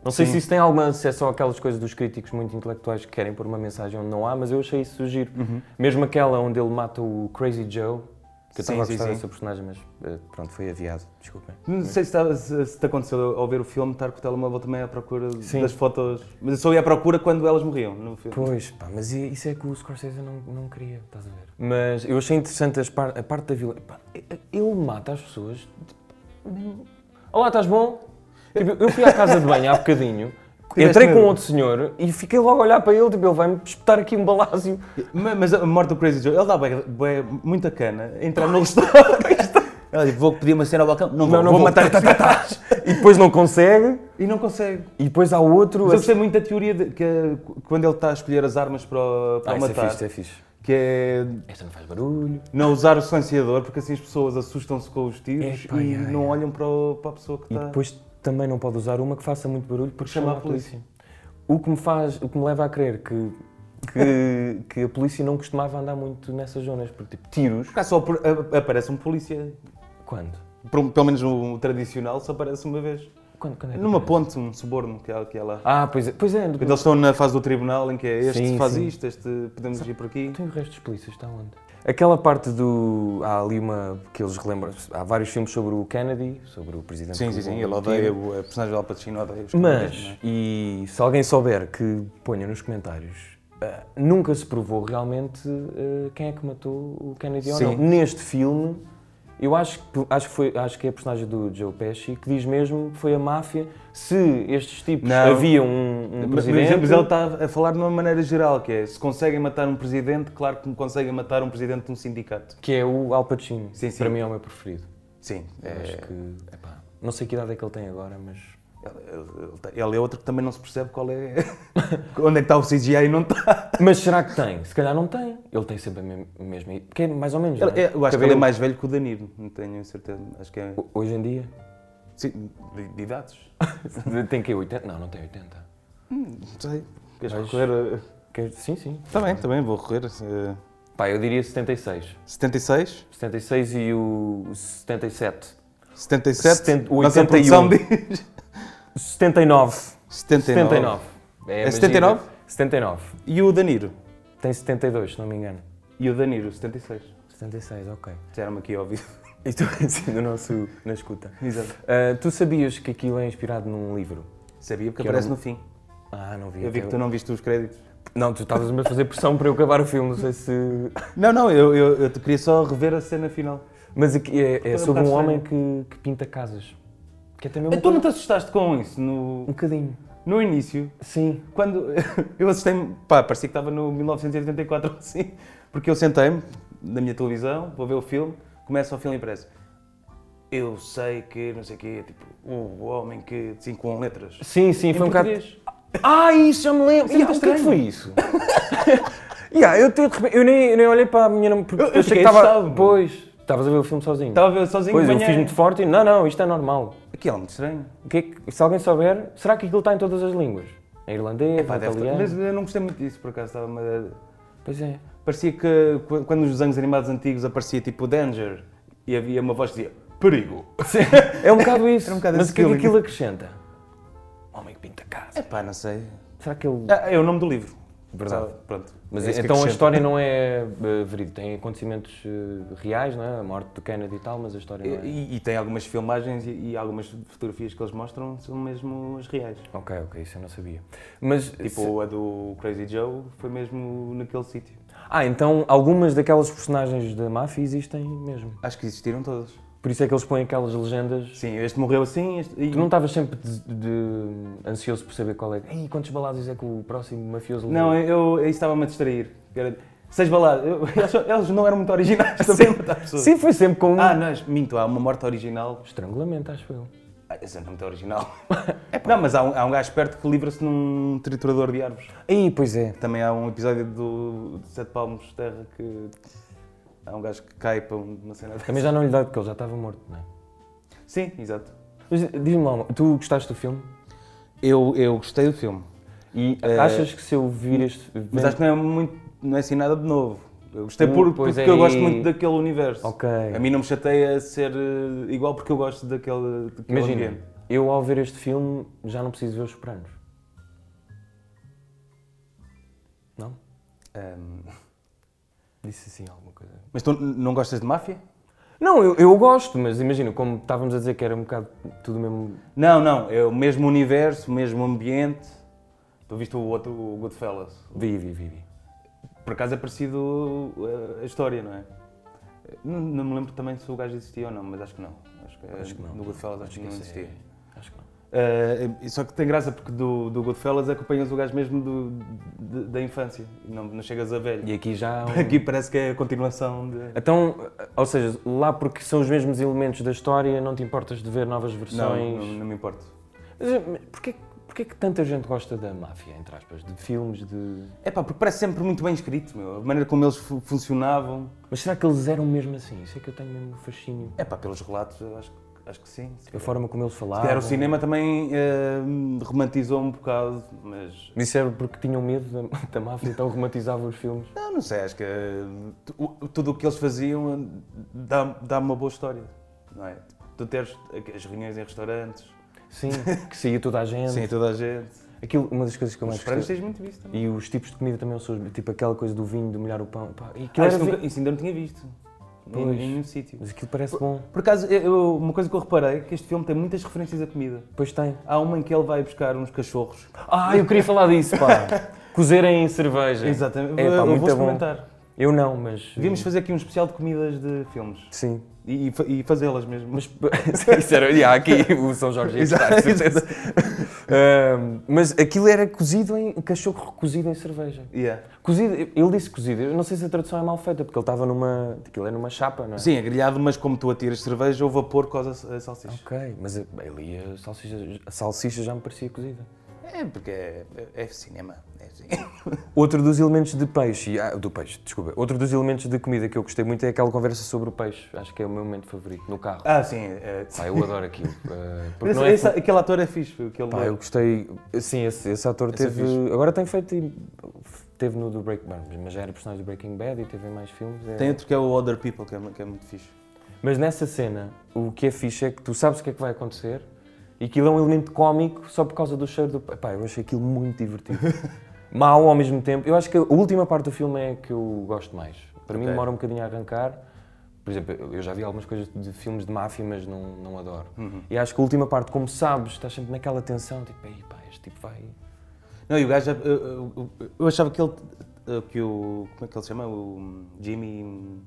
[SPEAKER 2] Não sei
[SPEAKER 1] Sim.
[SPEAKER 2] se isso tem alguma, se é só aquelas coisas dos críticos muito intelectuais que querem pôr uma mensagem onde não há, mas eu achei isso giro.
[SPEAKER 1] Uhum.
[SPEAKER 2] Mesmo aquela onde ele mata o Crazy Joe, que eu
[SPEAKER 1] Sim,
[SPEAKER 2] estava a
[SPEAKER 1] sim,
[SPEAKER 2] gostar
[SPEAKER 1] sim.
[SPEAKER 2] dessa personagem, mas eh, pronto, foi adiado, desculpem.
[SPEAKER 1] Não sei se, tá- se, se te aconteceu ao ver o filme estar com o telemóvel também à procura
[SPEAKER 2] Sim.
[SPEAKER 1] das fotos. Mas eu só ia à procura quando elas morriam no filme.
[SPEAKER 2] Pois, pá, mas i- isso é que o Scorsese não, não queria, estás a ver? Mas eu achei interessante as par- a parte da violência. Ele mata as pessoas. de- Olá, estás bom? Tipo, eu fui à casa de banho há bocadinho,
[SPEAKER 1] Tiveste
[SPEAKER 2] entrei com
[SPEAKER 1] medo?
[SPEAKER 2] outro senhor e fiquei logo a olhar para ele, tipo, ele vai-me espetar aqui um balásio.
[SPEAKER 1] Ma- Mas a morte do Crazy Joe, ele dá bué- bué- muita cana a entrar no restaurante.
[SPEAKER 2] *laughs*
[SPEAKER 1] Ela diz, vou pedir uma cena ao balcão.
[SPEAKER 2] Não,
[SPEAKER 1] Não, vou,
[SPEAKER 2] não
[SPEAKER 1] vou
[SPEAKER 2] vou.
[SPEAKER 1] matar tá, tá, tá.
[SPEAKER 2] E depois não consegue,
[SPEAKER 1] E não consegue.
[SPEAKER 2] e depois há outro.
[SPEAKER 1] Mas eu
[SPEAKER 2] a-
[SPEAKER 1] gostei muito da teoria de que eh, quando ele está a escolher as armas para, o- para
[SPEAKER 2] Ah,
[SPEAKER 1] o
[SPEAKER 2] isso é
[SPEAKER 1] matar,
[SPEAKER 2] fixe, isso é fixe.
[SPEAKER 1] que é
[SPEAKER 2] Esta não faz barulho.
[SPEAKER 1] não usar o silenciador, porque assim as pessoas assustam-se com os tiros
[SPEAKER 2] Epá,
[SPEAKER 1] e
[SPEAKER 2] ai,
[SPEAKER 1] não
[SPEAKER 2] ai.
[SPEAKER 1] olham para, o- para a pessoa que
[SPEAKER 2] E
[SPEAKER 1] está.
[SPEAKER 2] depois também não pode usar uma que faça muito barulho porque
[SPEAKER 1] Chama
[SPEAKER 2] chama,
[SPEAKER 1] a
[SPEAKER 2] a polícia. O que me faz, o que me leva a crer que,
[SPEAKER 1] *laughs*
[SPEAKER 2] que, que a polícia não costumava andar muito nessas zonas, porque tipo, tiros.
[SPEAKER 1] Cá só por- a- aparece um polícia. um,
[SPEAKER 2] Quando?
[SPEAKER 1] Pelo pelo menos no tradicional só aparece uma vez.
[SPEAKER 2] Quando, quando é que
[SPEAKER 1] Numa
[SPEAKER 2] acontece?
[SPEAKER 1] ponte, um suborno que há, que há lá.
[SPEAKER 2] Ah, pois é, pois é.
[SPEAKER 1] Quando eles estão na fase do tribunal em que é este
[SPEAKER 2] Sim,
[SPEAKER 1] faz
[SPEAKER 2] sim.
[SPEAKER 1] isto, este podemos ir por aqui.
[SPEAKER 2] Tem o resto dos polícias, está onde? Aquela parte do. Há ali uma. que eles relembram. Há vários filmes sobre o Kennedy, sobre o presidente
[SPEAKER 1] Sim,
[SPEAKER 2] que
[SPEAKER 1] sim,
[SPEAKER 2] levou
[SPEAKER 1] sim.
[SPEAKER 2] um
[SPEAKER 1] Ele odeia, o a personagem do Al Pacino odeia os canadenses,
[SPEAKER 2] Mas,
[SPEAKER 1] não
[SPEAKER 2] um
[SPEAKER 1] é?
[SPEAKER 2] e se alguém souber que ponha nos comentários, ah, nunca se provou realmente ah, quem é que matou o Kennedy ou não.
[SPEAKER 1] Sim.
[SPEAKER 2] Neste filme, eu acho que, acho, que foi, acho que é a personagem do Joe Pesci que diz mesmo que foi a máfia. Se estes tipos
[SPEAKER 1] Não.
[SPEAKER 2] havia um, um
[SPEAKER 1] Mas,
[SPEAKER 2] presidente.
[SPEAKER 1] mas ele tá- está a falar de uma maneira geral, que é se conseguem matar um presidente, claro que conseguem matar um presidente de um sindicato.
[SPEAKER 2] Que é o Al Pacino.
[SPEAKER 1] Sim, sim.
[SPEAKER 2] Para mim é o meu preferido.
[SPEAKER 1] Sim.
[SPEAKER 2] Eu Acho
[SPEAKER 1] É,
[SPEAKER 2] que. epá, não sei que idade é que ele tem agora, mas.
[SPEAKER 1] ele- ele é outro que também não se percebe qual é. *laughs* onde é que está o CGI e não está.
[SPEAKER 2] Mas será que tem? Se calhar não tem. Ele tem sempre a me- a mesma. Que é mais ou menos. não
[SPEAKER 1] Ele-
[SPEAKER 2] é?
[SPEAKER 1] é- eu acho que ele é
[SPEAKER 2] Cabelo-
[SPEAKER 1] mais velho que o Danilo, não tenho certeza. Acho que é.
[SPEAKER 2] Hoje em dia.
[SPEAKER 1] Sim, de, de idades.
[SPEAKER 2] Tem que 80? Não, não tem 80.
[SPEAKER 1] Não sei. Queres
[SPEAKER 2] Mas-
[SPEAKER 1] recorrer?
[SPEAKER 2] Que- Sim, sim.
[SPEAKER 1] Está Tá bem, também vou recorrer. eh,
[SPEAKER 2] Pá, eu diria 76.
[SPEAKER 1] 76?
[SPEAKER 2] 76 e o 77.
[SPEAKER 1] 77?
[SPEAKER 2] Setenta-
[SPEAKER 1] Nossa é
[SPEAKER 2] 81.
[SPEAKER 1] produção diz.
[SPEAKER 2] 79.
[SPEAKER 1] 79.
[SPEAKER 2] 79.
[SPEAKER 1] É
[SPEAKER 2] magia.
[SPEAKER 1] 79?
[SPEAKER 2] 79.
[SPEAKER 1] E o Danilo?
[SPEAKER 2] Tem 72, se não me engano.
[SPEAKER 1] E o Danilo, 76.
[SPEAKER 2] 76, ok.
[SPEAKER 1] Disseram-me aqui ao vivo. *laughs*
[SPEAKER 2] E tu *laughs* assim, no nosso, na escuta.
[SPEAKER 1] Exato.
[SPEAKER 2] Ah, tu sabias que aquilo é inspirado num livro?
[SPEAKER 1] Sabia porque
[SPEAKER 2] Que
[SPEAKER 1] aparece
[SPEAKER 2] era
[SPEAKER 1] no fim.
[SPEAKER 2] Ah, não vi.
[SPEAKER 1] Eu vi que
[SPEAKER 2] até-
[SPEAKER 1] tu não viste os créditos.
[SPEAKER 2] Não, tu estavas-me a fazer pressão para eu acabar o filme, não sei se...
[SPEAKER 1] Não, não, eu, eu, eu te queria só rever a cena final.
[SPEAKER 2] Mas aqui é, é
[SPEAKER 1] um
[SPEAKER 2] sobre um
[SPEAKER 1] bocado
[SPEAKER 2] homem que, que pinta casas. Que é também um,
[SPEAKER 1] Tu não te assustaste com isso no,
[SPEAKER 2] um bocadinho.
[SPEAKER 1] no início?
[SPEAKER 2] Sim.
[SPEAKER 1] Quando *laughs* eu assustei-me, pá, parecia que estava no 1984 ou *laughs* assim, porque eu sentei-me na minha televisão, vou ver o filme, começa o filme e parece. Eu sei que, não sei o quê, tipo, o homem que, assim, com letras.
[SPEAKER 2] Sim, sim,
[SPEAKER 1] Em
[SPEAKER 2] foi um bocado...
[SPEAKER 1] português.
[SPEAKER 2] Ah, isso, já me lembro.
[SPEAKER 1] Isso
[SPEAKER 2] Yeah, o que é
[SPEAKER 1] é muito
[SPEAKER 2] que
[SPEAKER 1] estranho.
[SPEAKER 2] foi isso? yeah, eu, te- de repente- eu nem, eu nem olhei para a minha namorada. porque
[SPEAKER 1] Eu- eu fiquei assustado.
[SPEAKER 2] Pois, estavas a ver o filme sozinho.
[SPEAKER 1] Estava a ver sozinho
[SPEAKER 2] pois,
[SPEAKER 1] de
[SPEAKER 2] eu
[SPEAKER 1] manhã.
[SPEAKER 2] fiz muito forte e... Não, não, isto é normal.
[SPEAKER 1] Aquilo é muito estranho.
[SPEAKER 2] O que é que- se alguém souber, será que aquilo está em todas as línguas? Em irlandês,
[SPEAKER 1] Pá,
[SPEAKER 2] em
[SPEAKER 1] deve-
[SPEAKER 2] italiano...
[SPEAKER 1] Mas eu não gostei muito disso, por acaso, estava-me a-
[SPEAKER 2] Pois é.
[SPEAKER 1] Parecia que qu- quando nos desenhos animados antigos aparecia tipo Danger e havia uma voz que dizia Perigo.
[SPEAKER 2] É um bocado isso.
[SPEAKER 1] Era um bocado
[SPEAKER 2] mas
[SPEAKER 1] esse
[SPEAKER 2] o que é que
[SPEAKER 1] feeling.
[SPEAKER 2] aquilo acrescenta? Homem que pinta casa.
[SPEAKER 1] É *laughs* pá, não sei.
[SPEAKER 2] Será que ele...
[SPEAKER 1] Ah, é o nome do livro.
[SPEAKER 2] Verdade.
[SPEAKER 1] Só- pronto.
[SPEAKER 2] Mas
[SPEAKER 1] É isso que
[SPEAKER 2] então a
[SPEAKER 1] acrescento.
[SPEAKER 2] história não é eh, verídica, tem acontecimentos eh, reais, não é? A morte do Kennedy e tal, mas a história não é.
[SPEAKER 1] E, e tem algumas filmagens e, e algumas fotografias que eles mostram são mesmo as reais.
[SPEAKER 2] Ok, ok, isso eu não sabia. Mas
[SPEAKER 1] Tipo a do Crazy Joe foi mesmo naquele sítio.
[SPEAKER 2] Ah, então algumas daquelas personagens da máfia existem mesmo.
[SPEAKER 1] Acho que existiram todas.
[SPEAKER 2] Por isso é que eles põem aquelas legendas.
[SPEAKER 1] Sim, este morreu assim este- e-
[SPEAKER 2] Tu não estavas sempre de- de- ansioso por saber qual é. Ei, quantos balados é que o próximo mafioso levou?
[SPEAKER 1] Não, eu, eu isso estava-me a distrair. Era- Seis baladas. Eu- *laughs* eles, eles não eram muito originais também. matar pessoas.
[SPEAKER 2] Sim, foi sempre com um
[SPEAKER 1] é Ah, não, minto, há uma morte original.
[SPEAKER 2] estrangulamento, acho eu.
[SPEAKER 1] Ah, Essa não é muito
[SPEAKER 2] *laughs*
[SPEAKER 1] original.
[SPEAKER 2] É
[SPEAKER 1] não, mas há um, há um gajo perto que livra-se num triturador de árvores.
[SPEAKER 2] Ei, pois é.
[SPEAKER 1] Também há um episódio do de Sete Palmos de Terra que há um gajo que cai para uma cena dessa.
[SPEAKER 2] Também já não lhe dá porque ele já estava morto, não é?
[SPEAKER 1] Sim, exato.
[SPEAKER 2] Mas diz-me lá, uma- tu gostaste do filme?
[SPEAKER 1] Eu, eu gostei do filme,
[SPEAKER 2] E
[SPEAKER 1] Eh,
[SPEAKER 2] achas que se eu vir este.
[SPEAKER 1] mas acho que não é muito, não é assim nada de novo. Eu gostei
[SPEAKER 2] Uh,
[SPEAKER 1] por,
[SPEAKER 2] pois
[SPEAKER 1] porque
[SPEAKER 2] é,
[SPEAKER 1] eu gosto
[SPEAKER 2] e-
[SPEAKER 1] muito daquele universo.
[SPEAKER 2] Ok.
[SPEAKER 1] A mim não me chateia ser eh, igual porque eu gosto daquele, daquele
[SPEAKER 2] Imagina,
[SPEAKER 1] É ambiente.
[SPEAKER 2] eu ao ver este filme já não preciso ver os Sopranos. Não?
[SPEAKER 1] Ahm,
[SPEAKER 2] Disse assim alguma coisa.
[SPEAKER 1] mas tu n- não gostas de máfia?
[SPEAKER 2] Não, eu, eu gosto, mas imagina, como estávamos a dizer que era um bocado tudo mesmo.
[SPEAKER 1] Não, não. É o mesmo universo, o mesmo ambiente. Tu viste o outro, o Goodfellas.
[SPEAKER 2] Vi, vi, vi. vi.
[SPEAKER 1] Por acaso é parecido eh, a história, não é? Não, não me lembro também se o gajo existia ou não, mas acho que não. Acho que, eh,
[SPEAKER 2] que não.
[SPEAKER 1] Do Goodfellas acho que não
[SPEAKER 2] Esse é-
[SPEAKER 1] existia.
[SPEAKER 2] Acho que não.
[SPEAKER 1] Eh, e só que tem graça porque do, do Goodfellas acompanhas o gajo mesmo do- de- da infância. e Não, não chegas a velho.
[SPEAKER 2] E aqui já. há um-
[SPEAKER 1] Aqui parece que é a continuação de.
[SPEAKER 2] Então, ou seja, lá porque são os mesmos elementos da história, não te importas de ver novas
[SPEAKER 1] Não,
[SPEAKER 2] versões.
[SPEAKER 1] não, não me importo.
[SPEAKER 2] Mas, eh, mas Porquê, porquê que tanta gente gosta da máfia, entre aspas? De filmes, de.
[SPEAKER 1] É pá, porque parece sempre muito bem escrito, meu. A maneira como eles fu- funcionavam.
[SPEAKER 2] Mas será que eles eram mesmo assim? Isso é que eu tenho mesmo fascínio.
[SPEAKER 1] É pá, pelos relatos, eu acho, que- acho que sim. Se
[SPEAKER 2] A forma como eles falavam.
[SPEAKER 1] calhar o cinema também eh, romantizou um bocado, mas.
[SPEAKER 2] Isso era porque tinham medo da, da máfia, então romantizavam os filmes.
[SPEAKER 1] Não, não sei, acho que eh, tu- o- tudo o que eles faziam eh, dá, dá uma boa história, não é? Tu teres aqu- as reuniões em restaurantes,
[SPEAKER 2] Sim, que saía toda a gente.
[SPEAKER 1] sim, toda a gente.
[SPEAKER 2] Aquilo, É uma das coisas que eu
[SPEAKER 1] Os
[SPEAKER 2] mais
[SPEAKER 1] franceses
[SPEAKER 2] gostei.
[SPEAKER 1] tens muito visto também.
[SPEAKER 2] E os tipos de comida também são os- tipo aquela coisa do vinho, de molhar o pão. Pá, e
[SPEAKER 1] Ah,
[SPEAKER 2] aquilo era
[SPEAKER 1] isto nunca-
[SPEAKER 2] vi-
[SPEAKER 1] isso ainda não tinha visto. Em-
[SPEAKER 2] Pois.
[SPEAKER 1] Em nenhum sítio.
[SPEAKER 2] Mas aquilo parece bom.
[SPEAKER 1] Por acaso, eu- eu- uma coisa que eu reparei é que este filme tem muitas referências à comida.
[SPEAKER 2] Pois tem.
[SPEAKER 1] Há uma em que ele vai buscar uns
[SPEAKER 2] *laughs*
[SPEAKER 1] cachorros.
[SPEAKER 2] Ah, eu queria falar disso, pá. *laughs* Cozerem em cerveja.
[SPEAKER 1] Exatamente.
[SPEAKER 2] É,
[SPEAKER 1] eu
[SPEAKER 2] pá,
[SPEAKER 1] eu
[SPEAKER 2] muito
[SPEAKER 1] vou
[SPEAKER 2] bom.
[SPEAKER 1] experimentar.
[SPEAKER 2] Eu não, mas. eh,
[SPEAKER 1] Devíamos fazer aqui um especial de comidas de filmes.
[SPEAKER 2] Sim.
[SPEAKER 1] E, e fa- e fazê-las mesmo.
[SPEAKER 2] Mas, *laughs* isso era, e há aqui o São Jorge ia gostar, de certeza. *laughs* Ahm, mas aquilo era cozido em cachorro cozido em cerveja.
[SPEAKER 1] Yeah.
[SPEAKER 2] Cozido, ele disse cozido, eu não sei se a tradução é mal feita, porque ele estava numa. aquilo era numa chapa, não é?
[SPEAKER 1] Sim, é grelhado, mas como tu atiras cerveja, ou vapor causa a
[SPEAKER 2] eh,
[SPEAKER 1] a salsicha.
[SPEAKER 2] Ok, mas ele ia. A salsicha, a salsicha já me parecia cozida.
[SPEAKER 1] É, porque é, é- é cinema. É assim.
[SPEAKER 2] Outro dos elementos de peixe. Ah, do peixe, desculpa. Outro dos elementos de comida que eu gostei muito é aquela conversa sobre o peixe. Acho que é o meu momento favorito, no carro.
[SPEAKER 1] Ah, sim. É,
[SPEAKER 2] Pá, eu adoro aquilo. Ah, porque
[SPEAKER 1] Esse-
[SPEAKER 2] não é
[SPEAKER 1] esse- aquele ator é fixe. foi Aquele
[SPEAKER 2] Pá, eu gostei. Sim, esse, esse ator
[SPEAKER 1] Esse é
[SPEAKER 2] teve. agora tem feito. Teve no do Breaking Bad, mas já era personagem do Breaking Bad e teve em mais filmes. é-
[SPEAKER 1] Tem outro que é o Other People, que é, que é muito fixe.
[SPEAKER 2] Mas nessa cena, o que é fixe é que tu sabes o que é que vai acontecer e aquilo é um elemento cómico só por causa do cheiro do. Pá, eu achei aquilo muito divertido. Mal ao mesmo tempo. Eu acho que a última parte do filme é a que eu gosto mais. Para mim
[SPEAKER 1] Ok.
[SPEAKER 2] demora um bocadinho a arrancar. Por exemplo, eu- eu já vi algumas coisas de filmes de máfia, mas não, não adoro. E acho que a última parte, como sabes, estás sempre naquela tensão, tipo, "Ei, pá, este tipo vai.
[SPEAKER 1] Não, e o gajo. Eu, eu- eu- eu achava que ele. Que o. Como é que ele se chama? O hum, Jimmy.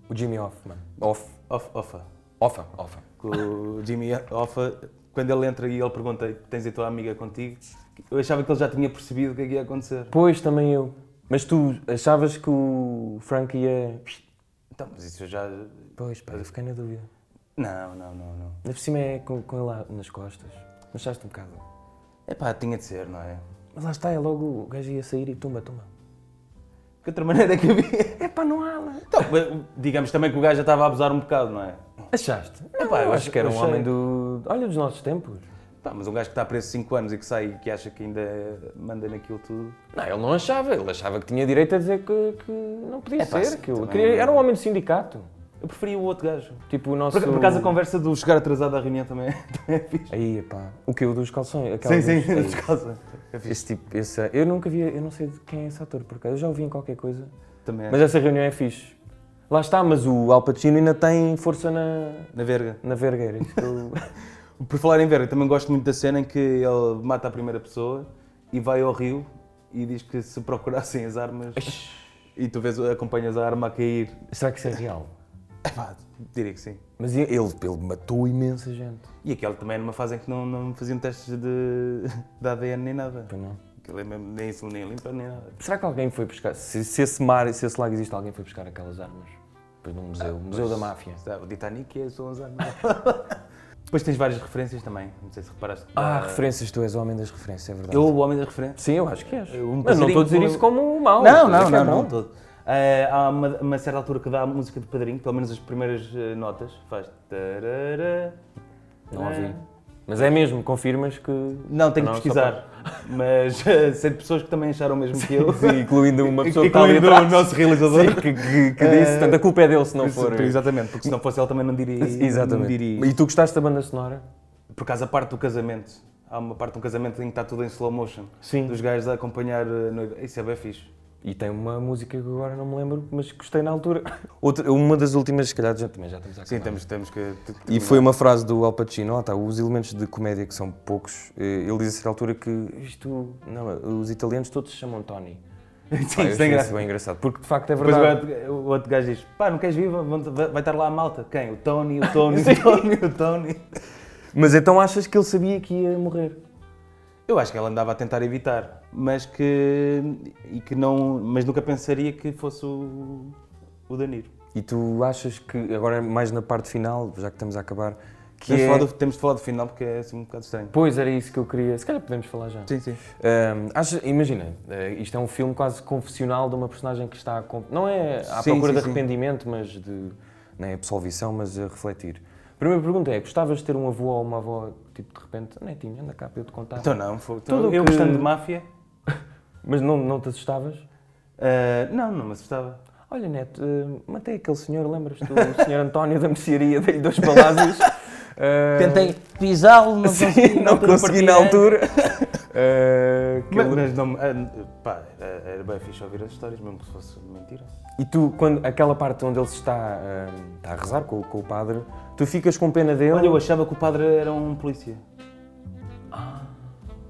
[SPEAKER 2] O Jimmy Hoffman. Off.
[SPEAKER 1] Off, Offa.
[SPEAKER 2] Offa, Offa.
[SPEAKER 1] Que *laughs* o Jimmy Hoffa, quando ele entra e ele pergunta: Tens a tua amiga contigo? Eu achava que ele já tinha percebido o que é que ia acontecer.
[SPEAKER 2] Pois, também eu. Mas tu achavas que o Frank ia.
[SPEAKER 1] Então, mas isso eu já.
[SPEAKER 2] Pois, pá, eu fiquei na dúvida.
[SPEAKER 1] Não, não, não, não.
[SPEAKER 2] Na por cima é com, com ele lá nas costas. Mas achaste um bocado.
[SPEAKER 1] É pá, tinha de ser, não é?
[SPEAKER 2] Mas lá está, é logo o gajo ia sair e tumba, tumba.
[SPEAKER 1] Que outra maneira é que havia.
[SPEAKER 2] É pá, não há lá.
[SPEAKER 1] Então, mas, digamos também que o gajo já estava a abusar um bocado, não é?
[SPEAKER 2] Achaste? É
[SPEAKER 1] pá,
[SPEAKER 2] pá,
[SPEAKER 1] eu
[SPEAKER 2] eu
[SPEAKER 1] ach-
[SPEAKER 2] acho que era um
[SPEAKER 1] achei.
[SPEAKER 2] homem do. Olha, dos nossos tempos.
[SPEAKER 1] Pá, mas um gajo que está preso 5 anos e que sai e que acha que ainda manda naquilo tudo.
[SPEAKER 2] Não, ele não achava. Ele achava que tinha direito a dizer que, que não podia
[SPEAKER 1] É pá,
[SPEAKER 2] ser.
[SPEAKER 1] sim,
[SPEAKER 2] Que eu...
[SPEAKER 1] também-
[SPEAKER 2] queria- Era um homem do sindicato.
[SPEAKER 1] Eu preferia o outro gajo.
[SPEAKER 2] Tipo o nosso.
[SPEAKER 1] Por, por acaso a conversa do chegar atrasado à reunião também, também é *laughs* fixe.
[SPEAKER 2] Aí, pá. O que? O dos calções? Aquela
[SPEAKER 1] Sim,
[SPEAKER 2] dos-
[SPEAKER 1] sim,
[SPEAKER 2] Aí.
[SPEAKER 1] descalça. É fixe.
[SPEAKER 2] Esse tipo, esse, eu nunca vi, eu não sei de quem é esse ator, por acaso. Eu já ouvi em qualquer coisa.
[SPEAKER 1] Também é.
[SPEAKER 2] Mas essa reunião é fixe. Lá está, mas o Al Pacino ainda tem força na,
[SPEAKER 1] Na verga.
[SPEAKER 2] na vergueira. Isso eu- *laughs*
[SPEAKER 1] Por falar em verga, também gosto muito da cena em que ele mata a primeira pessoa e vai ao rio e diz que se procurassem as armas. E tu vês, acompanhas a arma a cair.
[SPEAKER 2] Será que isso é real?
[SPEAKER 1] É pá, diria que sim.
[SPEAKER 2] Mas ele, ele matou imensa gente.
[SPEAKER 1] E aquele também era numa fase em que não, não faziam testes de, de ADN nem nada.
[SPEAKER 2] Pois não.
[SPEAKER 1] Aquilo é mesmo nem isso, nem limpa, nem nada.
[SPEAKER 2] Será que alguém foi buscar? Se, se esse mar, se esse lago existe, alguém foi buscar aquelas armas? Depois num
[SPEAKER 1] Ah,
[SPEAKER 2] museu, Museu da Máfia.
[SPEAKER 1] Está, O Titanic é só uns anos. *laughs* Depois tens várias referências também, não sei se reparaste.
[SPEAKER 2] Ah, referências, tu és o homem das referências, é verdade.
[SPEAKER 1] Eu, o homem das referências.
[SPEAKER 2] Sim, eu acho que és.
[SPEAKER 1] Eu- um
[SPEAKER 2] mas não estou a dizer
[SPEAKER 1] passarinho-
[SPEAKER 2] isso como mau.
[SPEAKER 1] Não,
[SPEAKER 2] Estou a
[SPEAKER 1] não,
[SPEAKER 2] dizer que é
[SPEAKER 1] não, não,
[SPEAKER 2] mau.
[SPEAKER 1] todo. Eh, há uma, uma certa altura que dá a música de padrinho, pelo menos as primeiras eh, notas, faz. tarará,
[SPEAKER 2] Não ouvi.
[SPEAKER 1] tarará.
[SPEAKER 2] Mas é mesmo, confirmas
[SPEAKER 1] *laughs*
[SPEAKER 2] que.
[SPEAKER 1] Não, tenho que
[SPEAKER 2] Não, só
[SPEAKER 1] pesquisar. *laughs* Mas eh, sei de pessoas que também acharam o mesmo que *laughs* eu.
[SPEAKER 2] Sim, incluindo uma pessoa que
[SPEAKER 1] Incluindo
[SPEAKER 2] está ali
[SPEAKER 1] o
[SPEAKER 2] atrás.
[SPEAKER 1] nosso realizador.
[SPEAKER 2] Sim, que, que, que
[SPEAKER 1] Eh,
[SPEAKER 2] disse, portanto a culpa é dele se não for.
[SPEAKER 1] Exatamente, porque se não fosse ele também não *laughs* diria. Não
[SPEAKER 2] Exatamente.
[SPEAKER 1] diria.
[SPEAKER 2] E tu gostaste da banda sonora?
[SPEAKER 1] Por acaso, a parte do casamento. Há uma parte de um casamento em que está tudo em slow motion.
[SPEAKER 2] Sim.
[SPEAKER 1] Dos gajos a acompanhar a noiva. Isso é bem fixe.
[SPEAKER 2] E tem uma música que agora não me lembro, mas gostei na altura. *laughs* Outra, uma das últimas, se calhar já, também já estamos a
[SPEAKER 1] Sim, temos, temos que. te-
[SPEAKER 2] E foi uma frase do Al Pacino, ah, tá, os elementos de comédia que são poucos, eh, ele diz a certa altura que isto, não, os italianos todos se chamam Tony.
[SPEAKER 1] *laughs*
[SPEAKER 2] Pá,
[SPEAKER 1] Sim, é
[SPEAKER 2] eu
[SPEAKER 1] isso
[SPEAKER 2] achei
[SPEAKER 1] tem
[SPEAKER 2] isso
[SPEAKER 1] graça.
[SPEAKER 2] bem engraçado, porque de facto é
[SPEAKER 1] Depois o
[SPEAKER 2] verdade.
[SPEAKER 1] outro, o outro gajo diz: pá, não queres vir? Vão- Vai vai estar lá a malta. Quem? O Tony, o Tony,
[SPEAKER 2] *laughs*
[SPEAKER 1] o Tony, o Tony.
[SPEAKER 2] Mas então achas que ele sabia que ia morrer?
[SPEAKER 1] Eu acho que ela andava a tentar evitar, mas que. E que não. Mas nunca pensaria que fosse o. o Danilo.
[SPEAKER 2] E tu achas que, agora mais na parte final, já que estamos a acabar, que
[SPEAKER 1] Temos, de
[SPEAKER 2] é...
[SPEAKER 1] falar do, temos de falar do final porque é assim um bocado estranho.
[SPEAKER 2] Pois, era isso que eu queria, se calhar podemos falar já.
[SPEAKER 1] Sim, sim.
[SPEAKER 2] Ahm, achas- imagina, eh, isto é um filme quase confessional de uma personagem que está a. con- Não é à
[SPEAKER 1] Sim,
[SPEAKER 2] procura
[SPEAKER 1] sim,
[SPEAKER 2] de
[SPEAKER 1] sim.
[SPEAKER 2] arrependimento, mas de. Não é absolvição, mas a refletir. A primeira pergunta é: gostavas de ter um avô ou uma avó, tipo, de repente, nem tinha, anda cá para eu te contar.
[SPEAKER 1] Então não, foi.
[SPEAKER 2] Tudo o
[SPEAKER 1] eu
[SPEAKER 2] que-
[SPEAKER 1] gostando de máfia.
[SPEAKER 2] Mas não, não te assustavas?
[SPEAKER 1] ah, não, não me assustava.
[SPEAKER 2] Olha, Neto, eh, matei aquele senhor, lembras-te do *laughs* senhor António da Mercearia, dei-lhe dois
[SPEAKER 1] *laughs*
[SPEAKER 2] palácios. Eh,
[SPEAKER 3] Tentei
[SPEAKER 1] Ah.
[SPEAKER 3] pisá-lo, não
[SPEAKER 2] *laughs* Sim,
[SPEAKER 3] consegui.
[SPEAKER 2] não
[SPEAKER 3] tive
[SPEAKER 2] consegui
[SPEAKER 3] partida.
[SPEAKER 2] na
[SPEAKER 1] *laughs*
[SPEAKER 2] altura. Eh, que
[SPEAKER 1] né? Mas,
[SPEAKER 2] ele-
[SPEAKER 1] mas não, me- ah, pá, era, era bem fixe ouvir as histórias, mesmo que fosse mentira.
[SPEAKER 2] E tu, quando aquela parte onde ele se está, hum, está a rezar com, o- com o padre, tu ficas com pena dele.
[SPEAKER 1] Olha, eu achava que o padre era um polícia. Ah.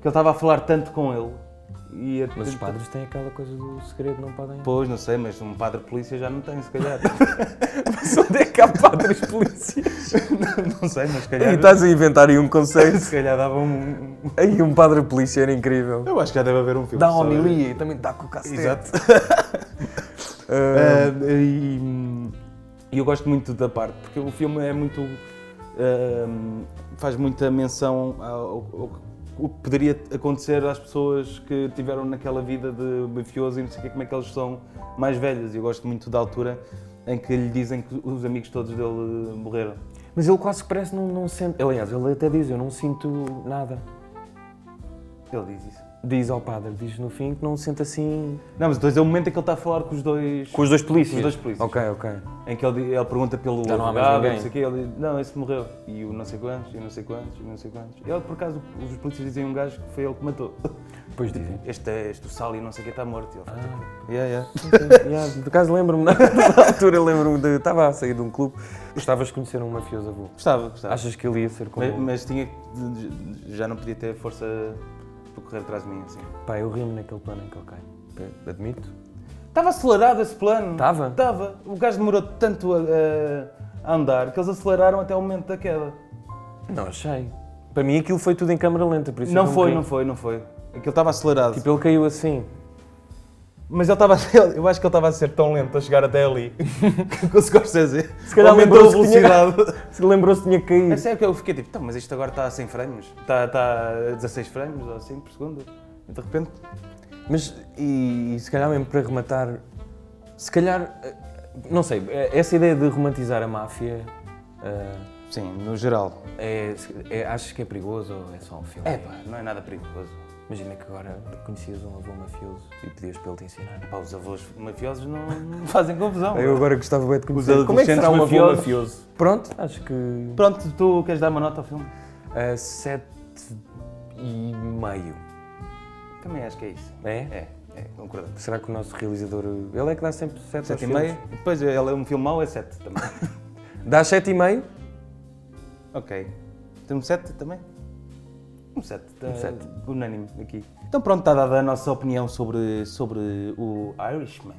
[SPEAKER 1] Que ele estava a falar tanto com ele. E a-
[SPEAKER 2] Mas os padres têm aquela coisa do segredo, não podem. *laughs*
[SPEAKER 1] Pois, não sei, mas um padre polícia já não tem, se calhar. *laughs*
[SPEAKER 2] Mas onde é que há padres polícias?
[SPEAKER 1] não sei, mas se
[SPEAKER 2] *laughs* e
[SPEAKER 1] calhar.
[SPEAKER 2] estás a inventar aí um conceito.
[SPEAKER 1] Se calhar dava um. um-
[SPEAKER 2] aí um padre polícia era incrível.
[SPEAKER 1] Eu acho que já deve haver um filme.
[SPEAKER 2] Dá
[SPEAKER 1] só-
[SPEAKER 2] homilia e também dá com o cacete.
[SPEAKER 1] Exato.
[SPEAKER 2] *laughs* Ah,
[SPEAKER 1] Ah, e, e eu gosto muito da parte, porque o filme é muito. ahm, faz muita menção ao, ao- ao que poderia acontecer às pessoas que tiveram naquela vida de mafioso e não sei o quê, como é que eles são mais velhos. E Eu gosto muito da altura em que lhe dizem que os amigos todos dele morreram.
[SPEAKER 2] Eh, mas ele quase que parece não, não sente. Aliás, ele até diz: Eu não sinto nada.
[SPEAKER 1] Ele diz isso.
[SPEAKER 2] Diz ao padre, diz no fim que não sente assim.
[SPEAKER 1] Não, mas depois é o momento em que ele está a falar com os dois.
[SPEAKER 2] os dois polícias.
[SPEAKER 1] Com os dois polícias.
[SPEAKER 2] Ok, ok.
[SPEAKER 1] Em que ele, ele pergunta pelo
[SPEAKER 2] Já não há mais
[SPEAKER 1] advogado,
[SPEAKER 2] ninguém.
[SPEAKER 1] não sei o quê, ele diz, não, esse morreu. E o não sei quantos, e o não sei quantos, e o não sei quantos. Ele, por acaso, os polícias dizem a um gajo que foi ele que matou. *laughs*
[SPEAKER 2] Depois dizem.
[SPEAKER 1] Este, é- este o Sali, não sei o quê, está morto. E Ele faz tipo,
[SPEAKER 2] Ah.
[SPEAKER 1] yeah, yeah.
[SPEAKER 2] Yeah, por acaso lembro-me, *laughs* na na altura lembro-me de. Estava a sair de um clube. Gostavas de conhecer um mafioso avô.
[SPEAKER 1] Gostava, gostava.
[SPEAKER 2] Achas que ele ia ser como.
[SPEAKER 1] mas, mas tinha que- de- de- já não podia ter força para correr atrás de mim, assim.
[SPEAKER 2] Pá, eu rimo naquele plano em que ele cai. Pá, Admito.
[SPEAKER 1] Estava acelerado esse plano.
[SPEAKER 2] Estava?
[SPEAKER 1] Estava. O gajo demorou tanto a, a- a andar que eles aceleraram até o momento da queda.
[SPEAKER 2] Não achei. Para mim aquilo foi tudo em câmara lenta, por isso.
[SPEAKER 1] não
[SPEAKER 2] eu
[SPEAKER 1] foi,
[SPEAKER 2] me
[SPEAKER 1] não
[SPEAKER 2] ri.
[SPEAKER 1] foi, não foi. Aquilo estava acelerado.
[SPEAKER 2] Tipo, ele caiu assim.
[SPEAKER 1] Mas ele estava, *laughs* ele- eu acho que ele estava a ser tão lento a chegar até ali *laughs* que o Scorsese
[SPEAKER 2] Se calhar
[SPEAKER 1] aumentou a
[SPEAKER 2] lembrou-se que tinha-
[SPEAKER 1] velocidade. *laughs*
[SPEAKER 2] Se lembrou-se que tinha
[SPEAKER 1] É
[SPEAKER 2] caído.
[SPEAKER 1] sério que eu fiquei tipo, "Então, mas isto agora está a 100 frames, está, está a 16 frames ou assim por segundo. E de repente,
[SPEAKER 2] Mas, e, e se calhar mesmo para rematar. Se calhar. eh, Não sei, eh, essa ideia de romantizar a máfia. eh,
[SPEAKER 1] sim, no geral.
[SPEAKER 2] é, é, achas que é perigoso ou é só um filme?
[SPEAKER 1] É pá, não é nada perigoso.
[SPEAKER 2] Imagina que agora conhecias um avô mafioso e pedias para ele te ensinar.
[SPEAKER 1] Pá, os avós mafiosos não, não fazem confusão.
[SPEAKER 2] Eu agora gostava bem de
[SPEAKER 1] Os
[SPEAKER 2] conhecer. Como é que
[SPEAKER 1] adolescentes
[SPEAKER 2] será um avô
[SPEAKER 1] mafiosos.
[SPEAKER 2] mafioso? Pronto, acho que
[SPEAKER 1] Pronto, tu queres dar uma nota ao filme?
[SPEAKER 2] a sete e meio,
[SPEAKER 1] Também acho que é isso.
[SPEAKER 2] é?
[SPEAKER 1] É, é, concordante.
[SPEAKER 2] Será que o nosso realizador, ele é que dá sempre sete,
[SPEAKER 1] 7 e
[SPEAKER 2] aos
[SPEAKER 1] meio,
[SPEAKER 2] filmes?
[SPEAKER 1] depois ele é um filme mau, é 7 também.
[SPEAKER 2] Dá sete e meio?
[SPEAKER 1] Ok. Temos 7 também? Um 7. Tá
[SPEAKER 2] sete.
[SPEAKER 1] Unânime aqui. Então pronto, está dada a nossa opinião sobre, sobre o Irishman.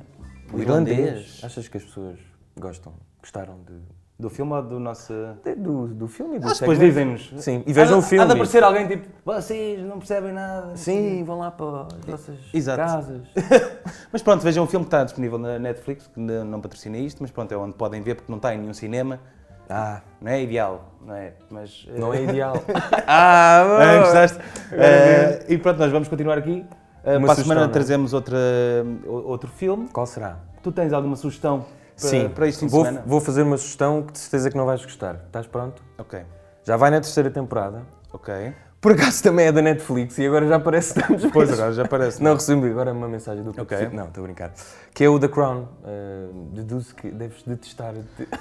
[SPEAKER 1] O irlandês.
[SPEAKER 2] Achas que as pessoas gostam, gostaram de,
[SPEAKER 1] Do filme ou do nosso...
[SPEAKER 2] de- do, do filme e do
[SPEAKER 1] Ah, depois
[SPEAKER 2] segmento?
[SPEAKER 1] dizem-nos.
[SPEAKER 2] Sim, e vejam
[SPEAKER 1] Há
[SPEAKER 2] o
[SPEAKER 1] de-
[SPEAKER 2] filme.
[SPEAKER 1] Há de aparecer alguém tipo, vocês não percebem nada.
[SPEAKER 2] Sim, vão lá para as vossas
[SPEAKER 1] Exato.
[SPEAKER 2] casas.
[SPEAKER 1] *laughs* Mas pronto, vejam o filme que está disponível na Netflix, que n- não patrocina isto, mas pronto, é onde podem ver porque não está em nenhum cinema.
[SPEAKER 2] Ah,
[SPEAKER 1] Não é ideal, não é? Mas... eh,
[SPEAKER 2] não é ideal.
[SPEAKER 1] Ah,
[SPEAKER 2] *laughs* ah,
[SPEAKER 1] gostaste? Eh, e pronto, nós vamos continuar aqui. Eh,
[SPEAKER 2] Uma
[SPEAKER 1] para a
[SPEAKER 2] sugestão,
[SPEAKER 1] semana
[SPEAKER 2] não é?
[SPEAKER 1] trazemos outra, o- outro filme.
[SPEAKER 2] Qual será?
[SPEAKER 1] Tu tens alguma sugestão para, para este fim de
[SPEAKER 2] vou,
[SPEAKER 1] semana?
[SPEAKER 2] vou fazer uma sugestão que de certeza que não vais gostar. Estás pronto?
[SPEAKER 1] Ok.
[SPEAKER 2] Já vai na terceira temporada.
[SPEAKER 1] Ok.
[SPEAKER 2] Por acaso também é da Netflix e agora já aparece tantos
[SPEAKER 1] Pois, agora já parece.
[SPEAKER 2] Não, resumo, agora é uma mensagem do
[SPEAKER 1] Ok.
[SPEAKER 2] Sim, Não, estou a brincar. Que é o The Crown. Eh, deduzo que deves detestar.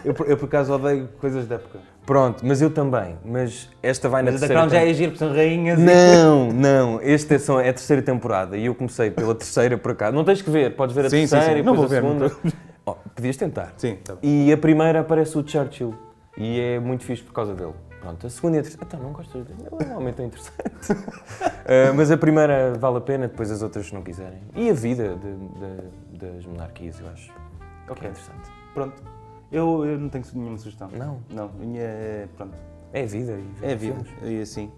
[SPEAKER 1] Eu, por- eu por acaso odeio coisas da época.
[SPEAKER 2] Pronto, mas eu também. Mas esta vai na
[SPEAKER 1] Mas a da
[SPEAKER 2] terceira
[SPEAKER 1] Crown já
[SPEAKER 2] temporada.
[SPEAKER 1] é giro, porque são rainhas e-
[SPEAKER 2] Não, não. Esta é, só, é a terceira temporada e eu comecei pela terceira por acaso. Não tens que ver, podes ver a
[SPEAKER 1] Sim, sim,
[SPEAKER 2] terceira
[SPEAKER 1] sim.
[SPEAKER 2] e
[SPEAKER 1] Não
[SPEAKER 2] depois
[SPEAKER 1] vou
[SPEAKER 2] a
[SPEAKER 1] ver,
[SPEAKER 2] segunda. Oh, podias tentar.
[SPEAKER 1] Sim, tá bem.
[SPEAKER 2] E a primeira aparece o Churchill e é muito fixe por causa dele. Pronto, a segunda e a terceira. Então, não gostas dele? Ele é um homem tão interessante. *laughs* Ah, mas a primeira vale a pena, depois as outras se não quiserem. E a vida de- de- das monarquias, eu acho. Que
[SPEAKER 1] Ok.
[SPEAKER 2] é interessante.
[SPEAKER 1] Pronto. Eu, eu não tenho nenhuma sugestão.
[SPEAKER 2] Não.
[SPEAKER 1] Não, a minha é. Pronto.
[SPEAKER 2] É a vida. E ver
[SPEAKER 1] É a vida.
[SPEAKER 2] filmes.
[SPEAKER 1] E assim.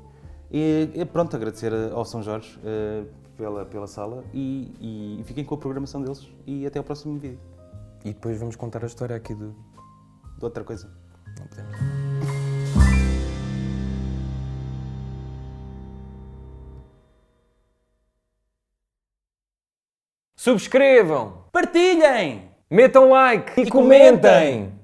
[SPEAKER 1] E, e pronto, agradecer ao São Jorge eh, pela, pela sala e, e fiquem com a programação deles e até ao próximo vídeo.
[SPEAKER 2] E depois vamos contar a história aqui do.
[SPEAKER 1] De outra coisa.
[SPEAKER 2] Não podemos. Subscrevam,
[SPEAKER 1] Partilhem!
[SPEAKER 2] metam like e,
[SPEAKER 1] comentem.
[SPEAKER 2] comentem.